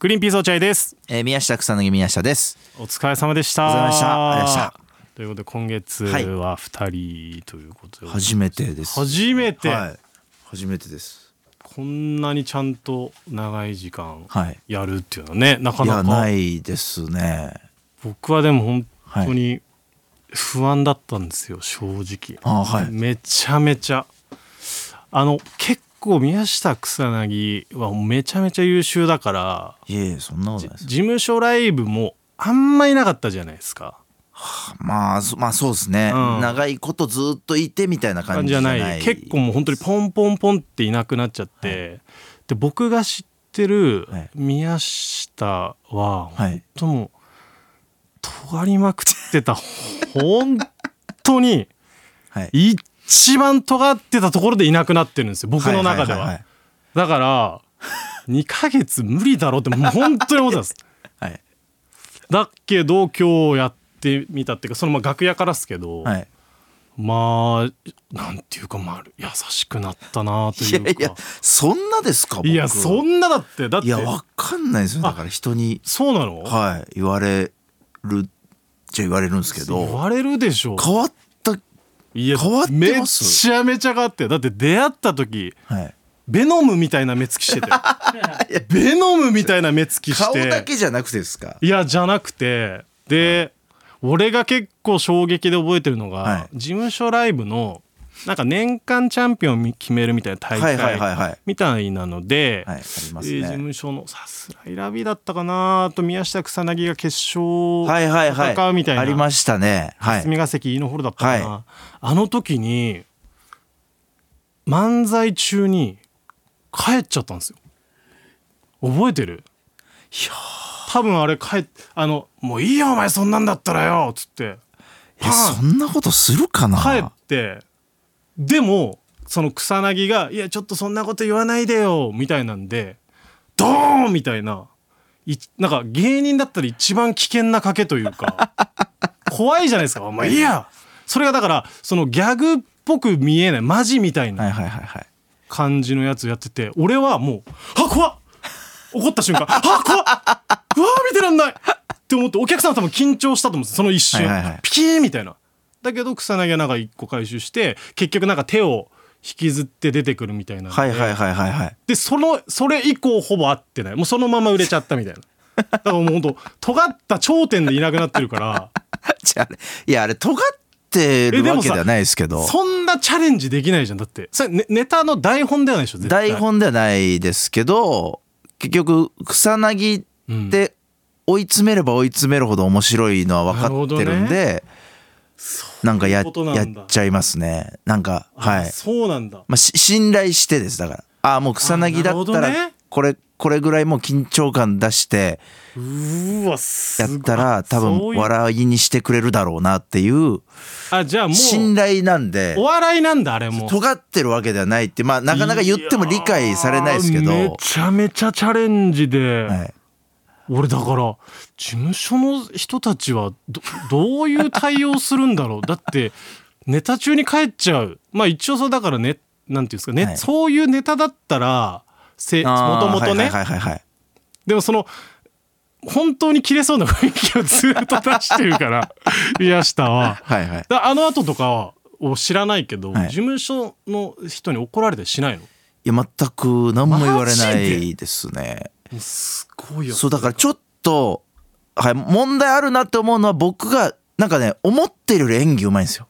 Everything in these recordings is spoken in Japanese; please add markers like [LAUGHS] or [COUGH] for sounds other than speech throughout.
グリーンピース落合ですえー、宮下草薙宮下です。お疲れ様でしたお疲れ様でしたありがとうございまということで今月はいは2人ということで、初めてです。初めて、はい。初めてです。こんなにちゃんと長い時間はい。やるっていうのはねなかいなやかないですね。僕はでも本当に不安だったんですよ正直、あはい。めちゃめちゃあの結構宮下草薙はめちゃめちゃ優秀だからいえいえそんなことじないです事。務所ライブもあんまりなかったじゃないですかまあそまあそうですね、うん長いことずっといてみたいな感感じじじじゃゃなないい。結構もう本当にポンポンポンっていなくなっちゃって、で僕が知ってるはい宮下はは本い。当もう尖りまくってた本当にはい。一番尖ってたところでいなくなってるんですよ僕の中では,、いいだから2ヶ月無理だろうってもう本当に思ってたんですはいはい。だけど今日やってみたっていうかそのまあ楽屋からっすけど、はい。まあなんていうかまあ優しくなったなといいやうかいやそんなですか。僕いやそんなだってだっていやわかんないですよ。だから人にそうなの、はい言われるじゃ言われるんですけ言どわれるでしょ変わったいや変わってますめちゃめちゃ変わってよだって出会った時はい。ベノムみたいな目つき [LAUGHS] してたよベノムみたいな目つきして顔だけじゃなくてですか。いやじゃなくてで、俺が結構衝撃で覚えてるのが、はい事務所ライブのなんか年間チャンピオン決めるみたいなは大いはいはい会はい。はいみたいなので、ありまえすーね。事務所のさすらいラビだったかなあと宮下草薙が決勝はいはいはい。戦うみたいなありましたね。は霞い。が関飯のホールだったかな、はあの時に漫才中に帰っちゃったんですよ覚えてるいや多分あれ帰っあの「もういいよお前そんなんだったらよ」っつってえ、そんなことするかな帰ってでもその草薙が「いやちょっとそんなこと言わないでよ」みたいなんでドーンみたいないなんか芸人だったら一番危険な賭けというか [LAUGHS] 怖いじゃないですか「お前いいや」それがだからそのギャグっぽく見えないマジみたいはないはいはいはい。感じのやつやってて俺はもう「あ怖っ!」怒った瞬間「あ怖っ!」うわー見てらんないって思ってお客さんは多分緊張したと思うんですその一瞬、はいはいはいピキーンみたいなだけど草薙はなんか一個回収して結局なんか手を引きずって出てくるみたいな、はいはいはいはいはい。 [LAUGHS] でそのそれ以降ほぼ会ってないもうそのまま売れちゃったみたいなだからもうほんと尖った頂点でいなくなってるからじゃああれ、いやあれ、尖ってえるでわもけさではないですけど、そんなチャレンジできないじゃんだってそれネネタの台本ではないでしょ絶対台本ではないですけど、結局、草薙って追い詰めれば追い詰めるほど面白いのは分かってるんで、なんかやそういうことなやんだっちゃいますね。なんか、はあい。そうなんだまあ、し信頼してですだからああもう草薙だったあなるほどらねこれ,、これぐらいもう緊張感出してうーわすやごいったら多そう分いう笑いにしてくれるだろうなっていうあじゃあも信う頼なんでお笑いなんだあれも尖ってるわけではないってまあなかなか言っても理解されないですけどいやーめちゃめちゃチャレンジで、はい、俺だから事務所の人たちはど [LAUGHS] どういう対応するんだろうだってネタ中に帰っちゃうまあ一応そうだからねなんていうんですかね、はいそういうネタだったらせもあーともとね、はいはいはいはいでもその本当に切れそうな雰囲気をずっと出してるから [LAUGHS] 宮下は。はいはいだあの後とかを知らないけど、はい事務所の人に怒られたりしないのいや全く何も言われなマジいですねすごいよそうだからちょっと、はい、問題あるなって思うのは僕がなんかね思ってるより演技うまいんですよ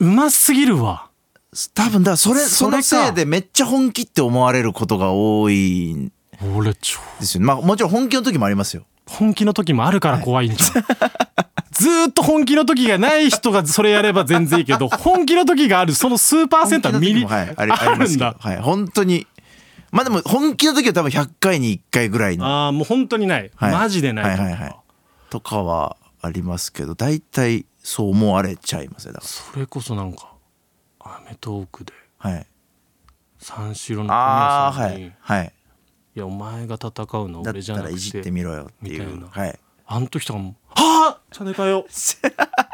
うますぎるわ多分だからそれそそれのかせいでめっちゃ本気って思われることが多いん俺超ですよねまあもちろん本気の時もありますよ本気の時もあるから怖いんじゃん、 [LAUGHS] ずーっと本気の時がない人がそれやれば全然いい [LAUGHS] けど本気の時があるその数パーセントは本ミ気の時リ、もはいありあありまるすんけどだはい本当にまあでも本気の時は多分100回に1回ぐらいのああもう本当にない、はいマジでないはいはいはいとかはありますけど大体そう思われちゃいますねだかそれこそなんか『アメトーク』でらはい三四郎のああ小宮はさんに、いはいいやお前が戦うのはだっ俺じゃたならいくじっててみろよっていみたいうなはい [LAUGHS] あの時とかも「はあチャンネル変えよう」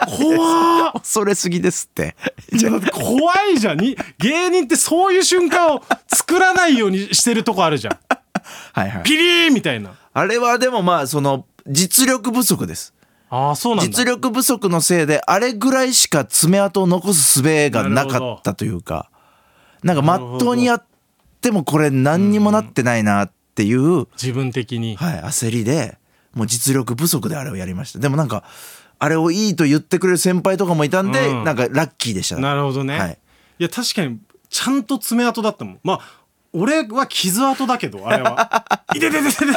怖っ恐れすぎです [LAUGHS] ってい [LAUGHS] やだって怖いじゃんに芸人ってそういう瞬間を作らないようにしてるとこあるじゃんはいはいピリーみたいなあれはでもまあその実力不足ですああそうなんだ実力不足のせいであれぐらいしか爪痕を残す術がなかったというかなんかまっとうにやってもこれ何にもなってないなっていう、自分的に、はい、焦りでもう実力不足であれをやりましたでもなんかあれをいいと言ってくれる先輩とかもいたんで、うんなんかラッキーでしたなるほどね、はいい、や確かにちゃんと爪痕だったもんまあ俺は傷痕だけどあれ [LAUGHS] は「いてててててて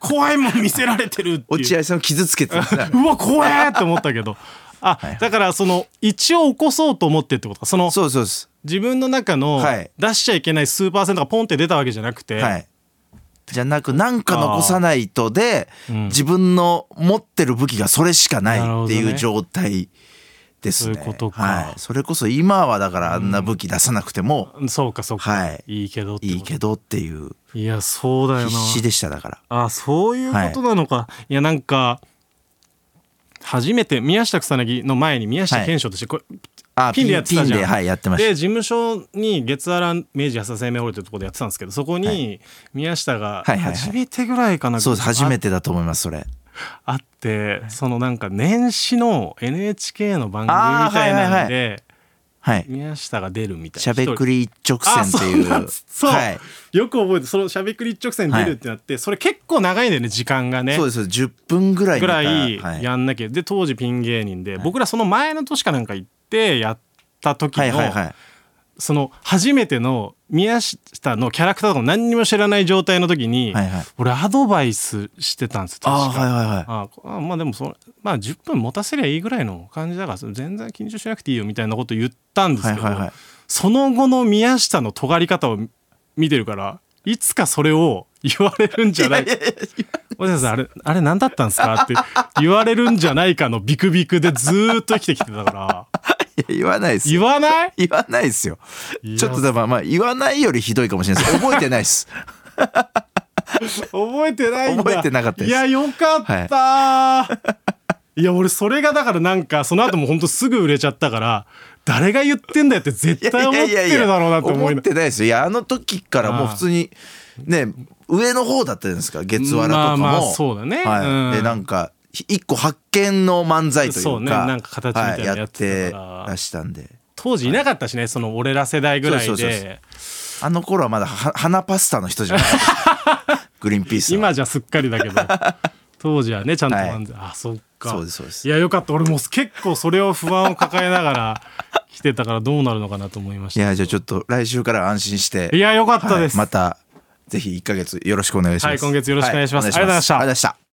怖いもん見せられてる」っていう落合さんを傷つけてたんですね [LAUGHS] うわ怖えって思ったけどあ、いだからその一応起こそうと思ってってことかそのそうそうです自分の中のはい出しちゃいけない数パーセントがポンって出たわけじゃなくて、はいじゃなくなんか残さないとで、うん自分の持ってる武器がそれしかないってなるほどいねう状態ですねそういうことかはい、それこそ今はだからあんな武器出さなくてもそうかそうか、はいいけどってこといいけどっていういやそうだよな必死でしただからあそういうことなのか、い、やなんか初めて宮下草薙の前に宮下賢章として、これあピンでやってたじゃんピンではいやってましで事務所に月原明治安田生命ホールというところでやってたんですけどそこはに宮下がはいはいはい初めてぐらいかな、たそうです初てめてだと思いますそれあってそのなんか年始の NHK の番組あーみたいはいなはんいではい宮下が出るみたいなしゃべくり一直線っていあそううなんですそうはい、よく覚えてそのしゃべくり一直線に出るってなって、それ結構長いんだよね時間がねそうです10分ぐらいぐ見たらいはいやんなきゃ、で当時ピン芸人で、僕らその前の年かなんか行ってやった時の、はいはいはいその初めての宮下のキャラクターとかも何にも知らない状態の時に、はいはい俺アドバイスしてたんですよ確かあーはいはいはい [LAUGHS] ああまあでもそれまあ10分持たせりゃいいぐらいの感じだからそれ全然緊張しなくていいよみたいなこと言ったんですけど、はいはいはいその後の宮下の尖り方を見てるからいつかそれを言われるんじゃないおじさんあれあれ何だったんですか?」って言われるんじゃないかのビクビクでずーっと生きてきてた [LAUGHS] からいや言わないです言わない言わないですよいやちょっとだまあまあ言わないよりひどいかもしれないです覚えてな [LAUGHS] いです覚えてないんだ覚えてなかったですいやよかった、い、や俺それがだからなんかその後もほんとすぐ売れちゃったから誰が言ってんだよって絶対思ってるだろうなって思いな思ってないですよいやあの時からもう普通にね上の方だったじゃないですか月わらとかもまあまあそうだねはい、うでんなんかひ一個発見の漫才というかそうねなんか形みたいなはのやってたからやって出したんで当時いなかったしねその俺ら世代ぐらいそうそうそうそであの頃はまだは花パスタの人 [LAUGHS] じゃないグリーンピースの今じゃすっかりだけど [LAUGHS] 当時はねちゃんとはい漫才、あそっかそうですそうですいやよかった俺もう結構それを不安を抱えながら来てたからどうなるのかなと思いましいたやじゃあちょっと来週から安心していやよかったです、はいまたぜひ一ヶ月よろしくお願いします、はい今月よろしくお願いしますありがとうございましたありがとうございました